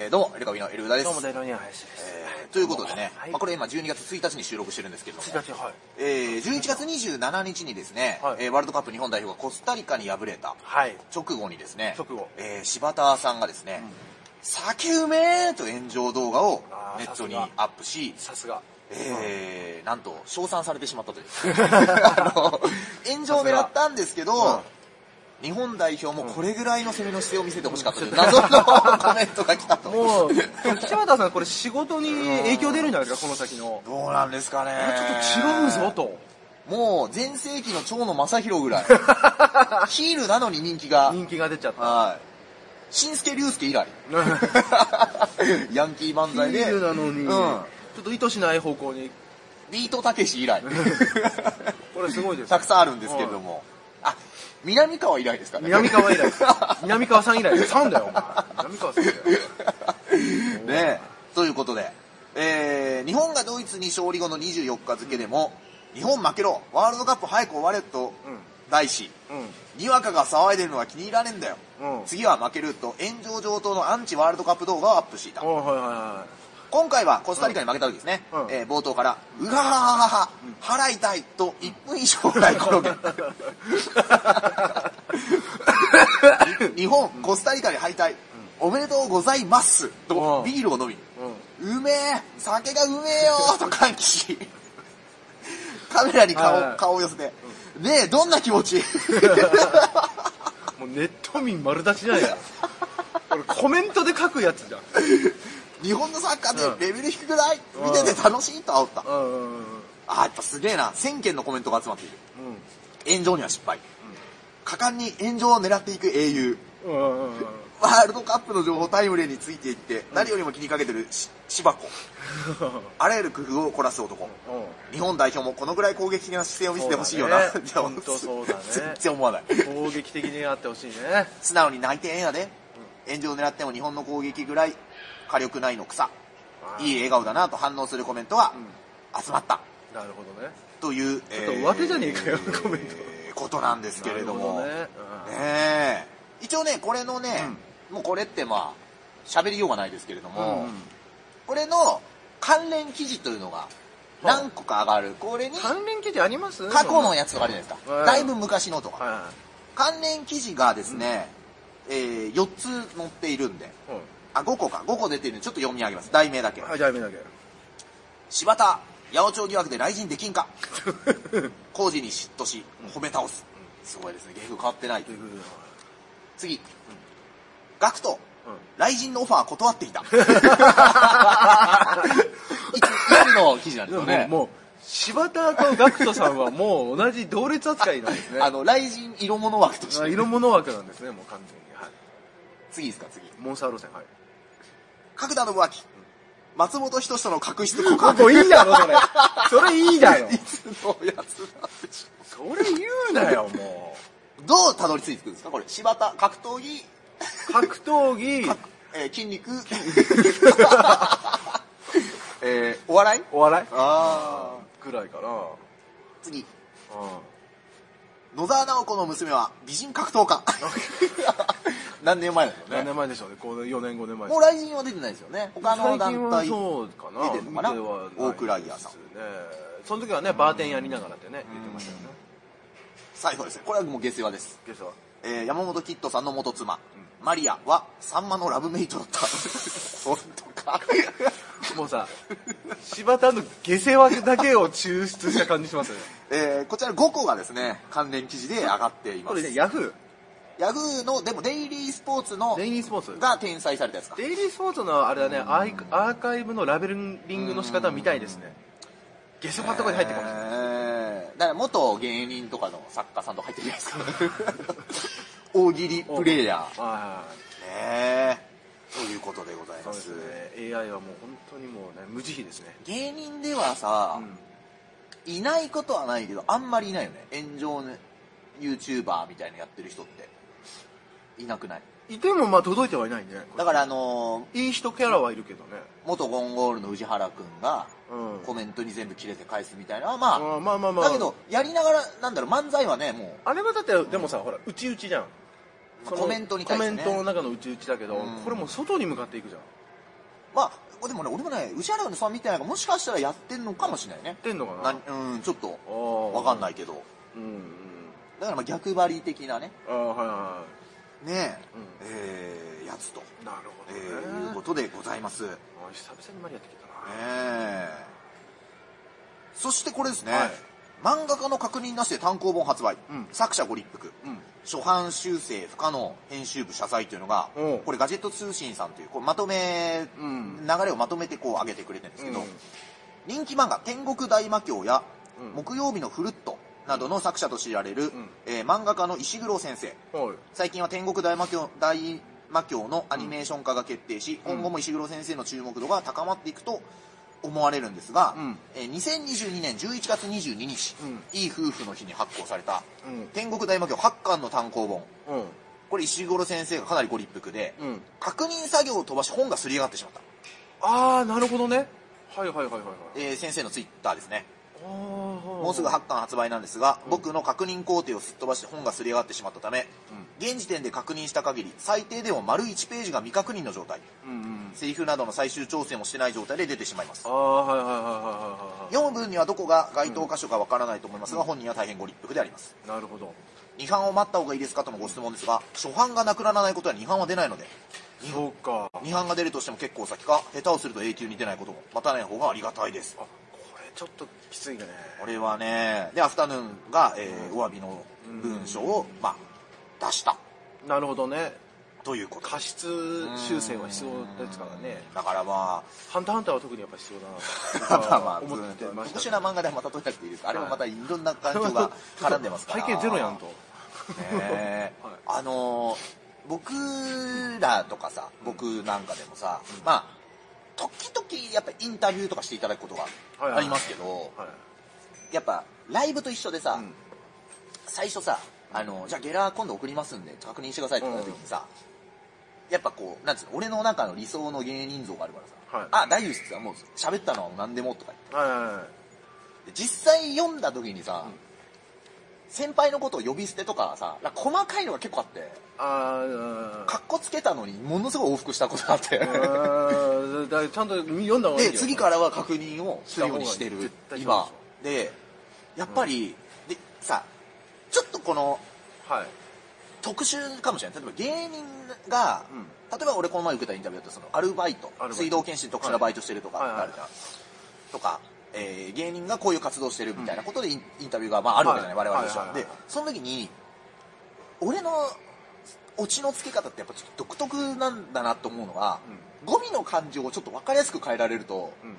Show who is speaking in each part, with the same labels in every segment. Speaker 1: えーどうも、エルカビのエルウダです。
Speaker 2: どうも、大道ニア林です。
Speaker 1: えーということでね、
Speaker 2: はい
Speaker 1: まあ、これ今12月1日に収録してるんですけども、
Speaker 2: 1日、はい。
Speaker 1: えー11月27日にですね、
Speaker 2: はい
Speaker 1: えーワールドカップ日本代表がコスタリカに敗れた
Speaker 2: はい。
Speaker 1: 直後にですね、
Speaker 2: 直後
Speaker 1: えー柴田さんがですね、酒うめーと炎上動画を
Speaker 2: あー
Speaker 1: ネットに
Speaker 2: さす
Speaker 1: アップし、
Speaker 2: さすが。
Speaker 1: えーなんと称賛されてしま ったというあの炎上を狙ったんですけど、
Speaker 2: うん
Speaker 1: 日本代表もこれぐらいの攻めの姿勢を見せてほしかったという謎のコメントが来たと
Speaker 2: もう、柴田さん、これ仕事に影響出るんじゃないですか、この先の。
Speaker 1: どうなんですかね
Speaker 2: ちょっと違うぞ、と。
Speaker 1: もう全盛期の長野正宏 ぐらいヒールなのに人気が
Speaker 2: 人気が出ちゃった。
Speaker 1: はい新助竜介以 来ヤンキー漫才で
Speaker 2: ヒールなのに、
Speaker 1: うん
Speaker 2: ちょっと意図しない方向に。
Speaker 1: ビートたけし以 来
Speaker 2: これすごいです。
Speaker 1: たくさんあるんですけれどもあ南川以来 ですかね
Speaker 2: 南川以 来です。南川さん以来。さんだよ、お前。南川さんだよ。
Speaker 1: ねえということで、えー日本がドイツに勝利後の24日付でも、日本負けろ、ワールドカップ早く終われと
Speaker 2: うん
Speaker 1: 題し、にわかが騒いでるのは気に入らねえんだよ、
Speaker 2: うん
Speaker 1: 次は負けると炎上上等のアンチワールドカップ動画をアップしていた
Speaker 2: うん。。おはいは
Speaker 1: 今回はコスタリカに負けた時ですね、
Speaker 2: うん
Speaker 1: えー冒頭から、うわはははは、腹痛いと1分以上ぐらい転げ。日本、コスタリカに敗退、おめでとうございますと
Speaker 2: うん
Speaker 1: ビールを飲み、うめえ酒がうめえよーと歓喜し、カメラに顔,、
Speaker 2: はい
Speaker 1: 顔を寄せて、ねえ、どんな気持ち
Speaker 2: いはい。もうネット民丸出しじゃないか。これコメントで書くやつじゃん。
Speaker 1: 日本のサッカーでレベル低くない、見てて楽しいと煽った。
Speaker 2: うんうんうんうん。
Speaker 1: あー、やっぱすげえな。1000件のコメントが集まっている。炎上には失敗。果敢に炎上を狙っていく英雄。
Speaker 2: うんうんうんうん。
Speaker 1: ワールドカップの情報タイムレーについていって、何よりも気にかけてるし芝子。あらゆる工夫を凝らす男。
Speaker 2: うん
Speaker 1: 日本代表もこのぐらい攻撃的な姿勢を見せてほしいよな。
Speaker 2: そうだね
Speaker 1: じゃあ
Speaker 2: ほんとそうだね
Speaker 1: 全然思わない。
Speaker 2: 攻撃的にあってほしいね。
Speaker 1: 素直に泣いてええんやで。炎上を狙っても日本の攻撃ぐらい火力ないの草。いい笑顔だなと反応するコメントは、集まった。
Speaker 2: なるほどね。
Speaker 1: という、え
Speaker 2: ちょっとわけじゃねえかよコメント
Speaker 1: えーことなんですけれども。
Speaker 2: なるほど
Speaker 1: ね
Speaker 2: ね
Speaker 1: え一応ねこれのね、もうこれってまあ喋りようがないですけれども、
Speaker 2: うん
Speaker 1: これの関連記事というのが何個か上がるこれに
Speaker 2: うん関連記事あります
Speaker 1: 過去のやつとかあるじゃないですか、
Speaker 2: うん
Speaker 1: だいぶ昔のとか、
Speaker 2: は
Speaker 1: 関連記事がですね、えー4つ載っているんで
Speaker 2: い。うん
Speaker 1: あ5個か5個出てるんでちょっと読み上げます題名だけ、
Speaker 2: はい、じゃあ、目 だけ。
Speaker 1: 柴田八百長疑惑で来人できんか工事に嫉妬し褒め倒す、すごいですね芸風変わってない
Speaker 2: ということで
Speaker 1: 次、ガクト
Speaker 2: うん
Speaker 1: 来人のオファー断っていた。いつの記事なんですよね。
Speaker 2: もう、もう柴田とガクトさんはもう同じ同列扱いなんですね。
Speaker 1: あの、雷神色物枠とし
Speaker 2: あ
Speaker 1: て。
Speaker 2: 色物枠なんですね、もう完全に。はい。
Speaker 1: 次ですか、次。
Speaker 2: モンスター路線、はい。
Speaker 1: 角田信明。松本人志との確執告
Speaker 2: こ
Speaker 1: 白。
Speaker 2: こいいだろ、そ れ。それいいだよ
Speaker 1: い。つのやつなんでしょ
Speaker 2: それ言うなよ、も
Speaker 1: うどうたどり着いてくるんですかこれ。柴田、格闘技、
Speaker 2: う。格闘技、
Speaker 1: えー筋肉、えーお笑い
Speaker 2: お笑い
Speaker 1: あー
Speaker 2: ぐらいかな。
Speaker 1: 次。
Speaker 2: うん。
Speaker 1: 野沢直子の娘は美人格闘家。何年前だよね。
Speaker 2: 何年前でしょうね、こう4年、5年前
Speaker 1: もう来人は出てないですよね。他の
Speaker 2: 最近
Speaker 1: 団
Speaker 2: は
Speaker 1: 体。
Speaker 2: そうかな
Speaker 1: 出てんのかな
Speaker 2: 見はない
Speaker 1: 大倉屋さん
Speaker 2: ですねその時はねバーテンやりながらってね言ってましたよね
Speaker 1: 最後ですね。これはもう下世話です。
Speaker 2: ゲストは
Speaker 1: えー、山本キッドさんの元妻、マリアは、さんまのラブメイトだ った。本当か。
Speaker 2: もうさ柴田の下世話だけを抽出した感じしますよね
Speaker 1: えー、こちら5個がですね、関連記事で上がっていま
Speaker 2: こ
Speaker 1: す。
Speaker 2: れねヤフ
Speaker 1: ヤフーの、でも、デイリースポーツの
Speaker 2: ー、デイリースポーツ
Speaker 1: が転載されたやつか。
Speaker 2: デイリースポーツのあれだねアイクアーカイブのラベリングの仕方みたいですね下世話とかに入ってくるかもしれない
Speaker 1: えー、だから元芸人とかの作家さんとか入ってるじゃないですか。 大喜利プレイヤ
Speaker 2: はいは
Speaker 1: ー。ねーということでござい
Speaker 2: いそ
Speaker 1: ま
Speaker 2: うですす。ね AI はもう本当にもうね無慈悲ですね
Speaker 1: 芸人ではさ、
Speaker 2: ん
Speaker 1: いないことはないけどあんまりいないよね炎上ね YouTuber みたいなやってる人っていなくない
Speaker 2: いてもまあ届いてはいないね
Speaker 1: だからあの
Speaker 2: いい人キャラはいるけどね
Speaker 1: ー元ゴンゴールの宇治原くんが
Speaker 2: うん
Speaker 1: コメントに全部切れて返すみたいなのはまあ、
Speaker 2: うんまあまあまあ
Speaker 1: だけどやりながらなんだろう漫才はねも
Speaker 2: あれはだって、でもさ、ほら、うちうちじゃん。
Speaker 1: うコメントに対して、ね、
Speaker 2: コメントの中のうちうちだけど、
Speaker 1: うん
Speaker 2: これもう外に向かっていくじゃん。
Speaker 1: うまあ、でもね、俺もね、宇治原さんみたいなのがもしかしたらやってんのかもしれないね。
Speaker 2: ってんのか
Speaker 1: な
Speaker 2: な
Speaker 1: うん、ちょっと、わ
Speaker 2: わ。
Speaker 1: かんないいけど。
Speaker 2: うんうん。
Speaker 1: だからまあ逆張り的なね、
Speaker 2: ああ、はいは
Speaker 1: ね
Speaker 2: うん
Speaker 1: え、えーやつと、
Speaker 2: い。なるほ
Speaker 1: え
Speaker 2: どね。
Speaker 1: ーいうことでございます。ね
Speaker 2: あ久々にマリアって聞いたな。
Speaker 1: えそしてこれですね、
Speaker 2: はい
Speaker 1: 漫画家の確認なしで単行本発売、
Speaker 2: うん
Speaker 1: 作者ご立腹、
Speaker 2: うん。
Speaker 1: 初版修正不可能編集部謝罪というのが、
Speaker 2: うん
Speaker 1: これガジェット通信さんというこうまとめ、
Speaker 2: うん
Speaker 1: 流れをまとめてこう上げてくれてるんですけど、
Speaker 2: うん
Speaker 1: 人気漫画「天国大魔教」や「
Speaker 2: うん
Speaker 1: 木曜日のフルット」などの作者と知られる、
Speaker 2: ん
Speaker 1: えー漫画家の石黒先生
Speaker 2: はい。
Speaker 1: 最近は天国大魔教大魔教のアニメーション化が決定し、
Speaker 2: うん
Speaker 1: 今後も石黒先生の注目度が高まっていくと思われるんですが、
Speaker 2: うん
Speaker 1: えー2022年11月22日、
Speaker 2: うん
Speaker 1: いい夫婦の日に発行された
Speaker 2: うん。
Speaker 1: 天国大魔教8巻の単行本
Speaker 2: うん。
Speaker 1: これ石黒先生がかなりご立腹で、
Speaker 2: うん。
Speaker 1: 確認作業を飛ばし本がすり上がってしまった、
Speaker 2: ああ、なるほどね。はいはいはいはいはい。
Speaker 1: えー先生のツイッターですね
Speaker 2: も
Speaker 1: もうすぐ8巻発売なんですが、僕の確認工程をすっ飛ばして本がすり上がってしまったため、現時点で確認した限り最低でも丸1ページが未確認の状態
Speaker 2: うんうん。
Speaker 1: セリフなどの最終調整もしてない状態で出てしまいます
Speaker 2: ああ、はいはいはいはいはいは
Speaker 1: 読む分にはどこが該当箇所かわからないと思いますが、本人は大変ご立腹であります
Speaker 2: い。なるほど。
Speaker 1: 違反を待った方がいいですかとのご質問ですが初版がなくならないことは違反は出ないので
Speaker 2: そうか。あ、こ
Speaker 1: 違反が出るとしても結構先か下手をすると永久に出ないことも待たない方がありがたいです
Speaker 2: れちょっときついね。
Speaker 1: これはねでアフタヌーンが、えーお詫びの文章を、まあ、出した
Speaker 2: なるほどね。
Speaker 1: ということ
Speaker 2: 過失修正は必要ですからね。
Speaker 1: だからま
Speaker 2: ハンターハンターは特にやっぱ必要
Speaker 1: あ
Speaker 2: だな
Speaker 1: まあまあ
Speaker 2: 思ってま
Speaker 1: 特
Speaker 2: し
Speaker 1: 殊
Speaker 2: た。
Speaker 1: な漫画ではまたとにかくいいですあれもまたいろんな環境が絡んでます から
Speaker 2: 背景ゼロやんと。
Speaker 1: ね
Speaker 2: はい
Speaker 1: あのー僕らとかさ僕なんかでもさ、まあ時々やっぱインタビューとかしていただくこと
Speaker 2: はいは
Speaker 1: が
Speaker 2: い
Speaker 1: ありますけど、
Speaker 2: はい。
Speaker 1: やっぱライブと一緒でさ、
Speaker 2: うん
Speaker 1: 最初さあのじゃあゲラー今度送りますんで確認してくださいって言った時にさ、やっぱこうなんつうの俺の中の理想の芸人像があるからさ、あ大丈夫ですってもう喋ったのは何でもとか言って
Speaker 2: はいはいはい。
Speaker 1: で実際読んだ時にさ、先輩のことを呼び捨てとかさなんか細かいのが結構あって
Speaker 2: あー
Speaker 1: かっこつけたのにものすごい往復したことがあって
Speaker 2: あー、だからちゃんと読んだ方がいい
Speaker 1: で
Speaker 2: よ
Speaker 1: 次からは確認をするようにしてる
Speaker 2: 絶対そうでし
Speaker 1: 今
Speaker 2: ょ
Speaker 1: でやっぱり、でさちょっとこの
Speaker 2: はい。
Speaker 1: 特殊かもしれない例えば芸人が、
Speaker 2: うん
Speaker 1: 例えば俺この前受けたインタビューだとそのアルバイト
Speaker 2: アルバイト
Speaker 1: 水道検診特殊なバイトしてるとか
Speaker 2: はい
Speaker 1: あるじゃん、とか、えー芸人がこういう活動してるみたいなことでイン,、タビューが、まあ、あるわけじゃない、
Speaker 2: はい
Speaker 1: 我々としては、
Speaker 2: はいはい
Speaker 1: で
Speaker 2: はい
Speaker 1: その時に俺のオチのつけ方ってやっぱちょっと独特なんだなと思うのが、語尾の感情をちょっと分かりやすく変えられると
Speaker 2: うん。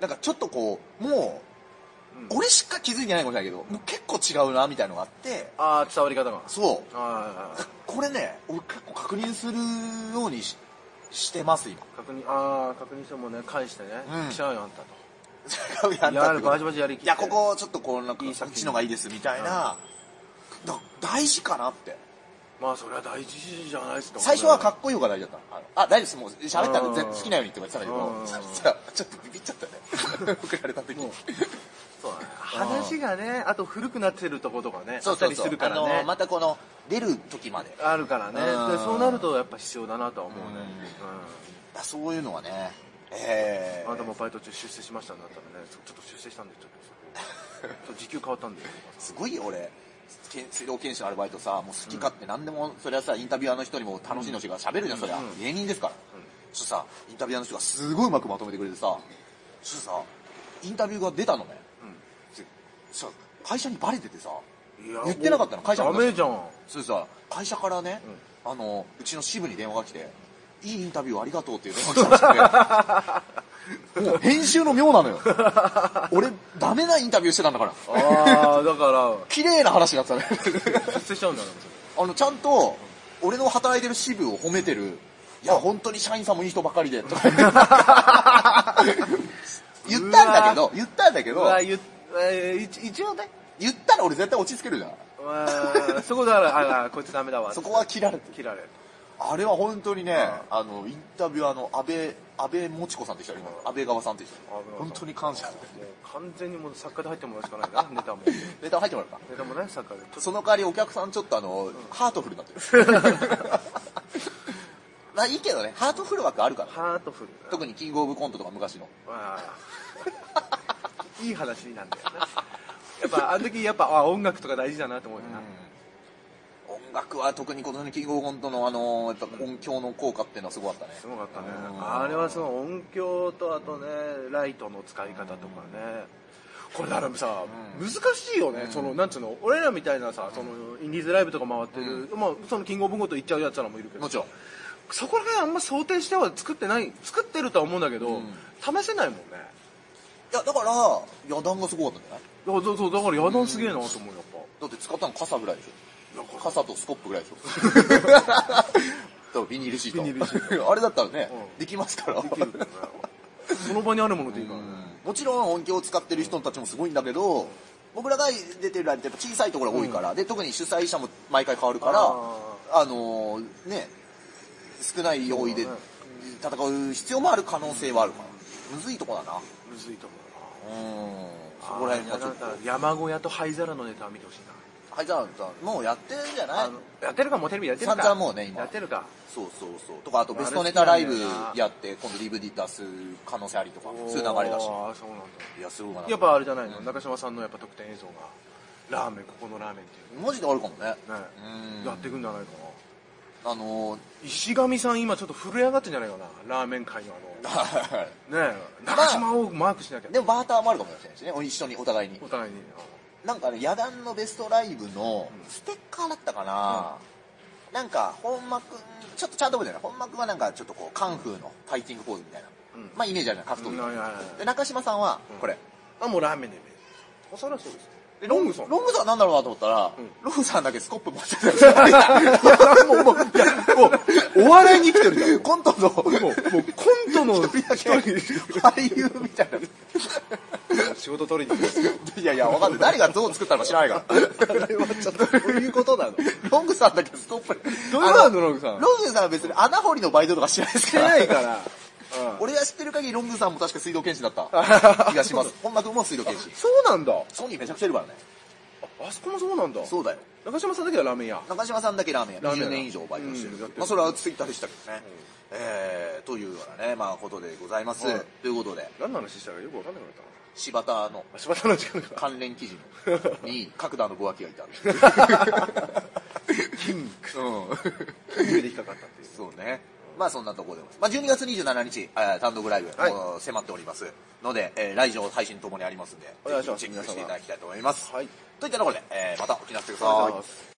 Speaker 1: なんかちょっとこうも
Speaker 2: うん
Speaker 1: う俺しか気づいてないかもしれないけど、もう結構違うなみたいなのがあって
Speaker 2: ああ、伝わり方が。
Speaker 1: そう
Speaker 2: ああ、
Speaker 1: これね俺結構確認するようにししてます今
Speaker 2: 確認、ああ、確認してもね、返してね。
Speaker 1: うん
Speaker 2: 違うよ、あんた
Speaker 1: や
Speaker 2: と。いや
Speaker 1: っ
Speaker 2: る、
Speaker 1: てこ
Speaker 2: バ
Speaker 1: と
Speaker 2: ジバジやりきっ
Speaker 1: い
Speaker 2: て。
Speaker 1: やこ。こちょっとこうなんか
Speaker 2: い
Speaker 1: こ
Speaker 2: い作
Speaker 1: っ
Speaker 2: 品
Speaker 1: ちのがいいですみたいな、だ大事かなって
Speaker 2: まあ、それは大事じゃないですか。
Speaker 1: 最初はか
Speaker 2: っ
Speaker 1: っこいい方が大事だったのあのあ大丈夫ですもう喋った
Speaker 2: うん
Speaker 1: ら全好きなようにって言ってたんだけ
Speaker 2: う
Speaker 1: ど
Speaker 2: ん
Speaker 1: そしたらちょっとビビっちゃった ね送られた時
Speaker 2: もうそうだね。話がね、あと古くなってるとことかね、
Speaker 1: そうそう
Speaker 2: あったり
Speaker 1: そ
Speaker 2: す
Speaker 1: う
Speaker 2: るか
Speaker 1: あ
Speaker 2: ら
Speaker 1: の
Speaker 2: ね。
Speaker 1: またこの出る時までだか
Speaker 2: あるからね。
Speaker 1: うん
Speaker 2: で、そうなるとやっぱ必要だなとは思うね。
Speaker 1: らそういうのはねえー
Speaker 2: うん。あんたもバイト中出世しましたんだったらね、ちょっと出世したんで、ちょっと そこそう。時給変わったんで。
Speaker 1: すごいよ俺けん水道検診のアルバイトさもう好き勝手何でも、それはさインタビュアーの人にも楽しいの人が喋るじゃん、そりゃ、
Speaker 2: うん
Speaker 1: 芸人ですから、そしたらさインタビュアーの人がすごいうまくまとめてくれてさそしたらさインタビューが出たのねでそしたら会社にバレててさ
Speaker 2: いや
Speaker 1: 言ってなかったの会社の
Speaker 2: ダ
Speaker 1: 方
Speaker 2: メじゃん。
Speaker 1: それでさ会社からね、あのうちの支部に電話が来ていいインタビューありがとうっていう電話が来たら しくてもう編集の妙なのよ俺ダメなインタビューしてたんだから
Speaker 2: ああ、だから、
Speaker 1: 綺麗な話だったね
Speaker 2: 出世しちゃうんだね、もうそ れ
Speaker 1: あの、ちゃんと、俺の働いてる支部を褒めてる、いや、本当に社員さんもいい人ばかりで、とか 言ったんだけど、言ったんだけ
Speaker 2: う
Speaker 1: ど、
Speaker 2: わ、言っえー一一応ね、
Speaker 1: 言ったら俺絶対落ち着けるじゃん。
Speaker 2: うわそこだから、あ、こいつダメだわ。
Speaker 1: そこは切られて。
Speaker 2: 切られる。
Speaker 1: あれは本当にね、あの、インタビュアーの安倍、安倍もちこさんって人、今、安倍川さんって人
Speaker 2: 安倍川、さん
Speaker 1: 本当に感謝。
Speaker 2: もう完全にもう作家で入ってもらうしかないな、ネタも。ネ
Speaker 1: ネタ入ってもらうか。
Speaker 2: タもね、作家で。ちょっ
Speaker 1: その代わりお客さんちょっとあの、ハートフルになってる。あ、いいけどね、ハートフル枠あるから。
Speaker 2: ハートフルな
Speaker 1: 特にキングオブコントとか昔の。
Speaker 2: ああいい話なんだよなやっぱあの時やっぱあ音楽とか大事だなと思うよな、
Speaker 1: 音楽は特に今年のキングオブコントのあの、やっぱ音響の効果っていうのはすごかったね。
Speaker 2: すごかったね
Speaker 1: うん
Speaker 2: あれはその音響とあとねライトの使い方とかねこれだからさ、
Speaker 1: うん
Speaker 2: 難しいよね、
Speaker 1: うん
Speaker 2: そのなんつうの俺らみたいなさそのインディーズライブとか回ってる、まあ、そのキングオブコント行っちゃうやつらもいるけど
Speaker 1: もちろん。
Speaker 2: そこら辺あんま想定しては作ってない作ってるとは思うんだけど、試せないもんね
Speaker 1: いや、だから、野談がすごかったんじゃない
Speaker 2: いやそうそうだからやだんすげえなと思うやっぱ
Speaker 1: だって使ったの傘ぐらいでし
Speaker 2: なん
Speaker 1: ょ。
Speaker 2: か
Speaker 1: 傘とスコップぐらいで しょ。とビニールシート。
Speaker 2: ビニールシー
Speaker 1: あれだったらね、
Speaker 2: うん
Speaker 1: できますから。
Speaker 2: できるけどねその場にあるものでいいからね、
Speaker 1: もちろん音響を使ってる人たちもすごいんだけど、僕らが出てるライブってやっぱ小さいところが多いから、で、特に主催者も毎回変わるから、
Speaker 2: あ
Speaker 1: あのーね、少ない用意で
Speaker 2: そう
Speaker 1: 戦う必要もある可能性はあるから、むずいとこだな。
Speaker 2: むずいと思うな
Speaker 1: うん。そ
Speaker 2: そ
Speaker 1: こ
Speaker 2: こ
Speaker 1: ら
Speaker 2: ら
Speaker 1: 辺
Speaker 2: 辺
Speaker 1: が
Speaker 2: が
Speaker 1: ち
Speaker 2: ち
Speaker 1: ょ
Speaker 2: ょ
Speaker 1: っ
Speaker 2: っ
Speaker 1: と
Speaker 2: と。山小屋と灰皿のネタは見てほしいな
Speaker 1: はい、じゃあ、もうやってるんじゃない
Speaker 2: あのやってるかもうテレビやってるか
Speaker 1: 散々もうね今
Speaker 2: やってるか
Speaker 1: そうそうそう。とか、あとベストネタライブやって、今度 DVD 出す可能性ありとか、そういう流れだし。
Speaker 2: ああそうなん
Speaker 1: いや、すごいかな。
Speaker 2: だやっぱあれじゃないの、
Speaker 1: うん
Speaker 2: 中島さんのやっぱ特典映像がラーメンここのラーメンっていう
Speaker 1: マジであるかもね。
Speaker 2: ね
Speaker 1: うん
Speaker 2: やってくんじゃないかな
Speaker 1: あのー、
Speaker 2: 石神さん今ちょっと震え上がってんじゃないかなラーメン界のあのねえ中島をマークしなきゃ
Speaker 1: でもバーターもあるかもしれないしね、お一緒にお互いに
Speaker 2: お。互いに
Speaker 1: なんかね、野団のベストライブのステッカーだったかな、なんか、本間くん、ちょっとちゃんと覚えてない。本間くんはなんかちょっとこう、カンフーのファイティングポーズみたいな。
Speaker 2: うん
Speaker 1: まあイメージあるじゃない、格闘技
Speaker 2: うん
Speaker 1: の
Speaker 2: はいはいはい
Speaker 1: で、中島さんは
Speaker 2: う、ん
Speaker 1: これ。
Speaker 2: あもうラーメンでおそらくそうです
Speaker 1: で
Speaker 2: ロングさん
Speaker 1: ロングさんなんだろうなと思ったら、
Speaker 2: うん
Speaker 1: ロングさんだけスコップ持ってたんですよ
Speaker 2: もうもういやも うお笑いに生きてるじゃん
Speaker 1: コントの、
Speaker 2: もうもうコント の
Speaker 1: 一人だけ俳優みたいな。
Speaker 2: 仕事取りに行く
Speaker 1: いやいや、わかんない。誰がどう作ったのか知らない から。
Speaker 2: あれはちょっとどういうことなのどういう
Speaker 1: ロングさんだけスコップ
Speaker 2: ことなのロングさん
Speaker 1: ロングさんは別に穴掘りのバイトとかしてないです
Speaker 2: して
Speaker 1: から。
Speaker 2: ないから、
Speaker 1: 俺が知ってる限りロングさんも確か水道検視だった 気がします。本間君も水道検視。
Speaker 2: そうなんだ
Speaker 1: ソニーめちゃくちゃいるからね。
Speaker 2: ああそこもそうなんだ
Speaker 1: そうだよ。
Speaker 2: 中島さんだけはラーメン屋
Speaker 1: 中島さんだけラーメン屋
Speaker 2: ラー
Speaker 1: 20
Speaker 2: メン屋
Speaker 1: 年以上バイトしてる
Speaker 2: うんやって。る
Speaker 1: まあそれはツイッターでしたけどね。えー、というようなね、まあことでございます
Speaker 2: はい。
Speaker 1: ということで、
Speaker 2: 何の話したかよく分かんなくなったな
Speaker 1: 柴田の
Speaker 2: あ柴田の力か
Speaker 1: 関連記事 のに角田のご脇がいた。
Speaker 2: 筋肉
Speaker 1: うん。
Speaker 2: で引っかかったっていう
Speaker 1: そうね。まあそんなところでございます。まあ12月27日、えー単独ライブ、
Speaker 2: はい
Speaker 1: もう迫っております。ので、えー来場配信ともにありますんで、
Speaker 2: お願いします
Speaker 1: ぜひチェックしていただきたいと思います。
Speaker 2: はい
Speaker 1: といったところで、えーまたお聞きになってくだ
Speaker 2: ありがとうご
Speaker 1: さ
Speaker 2: ざい
Speaker 1: い
Speaker 2: ま。す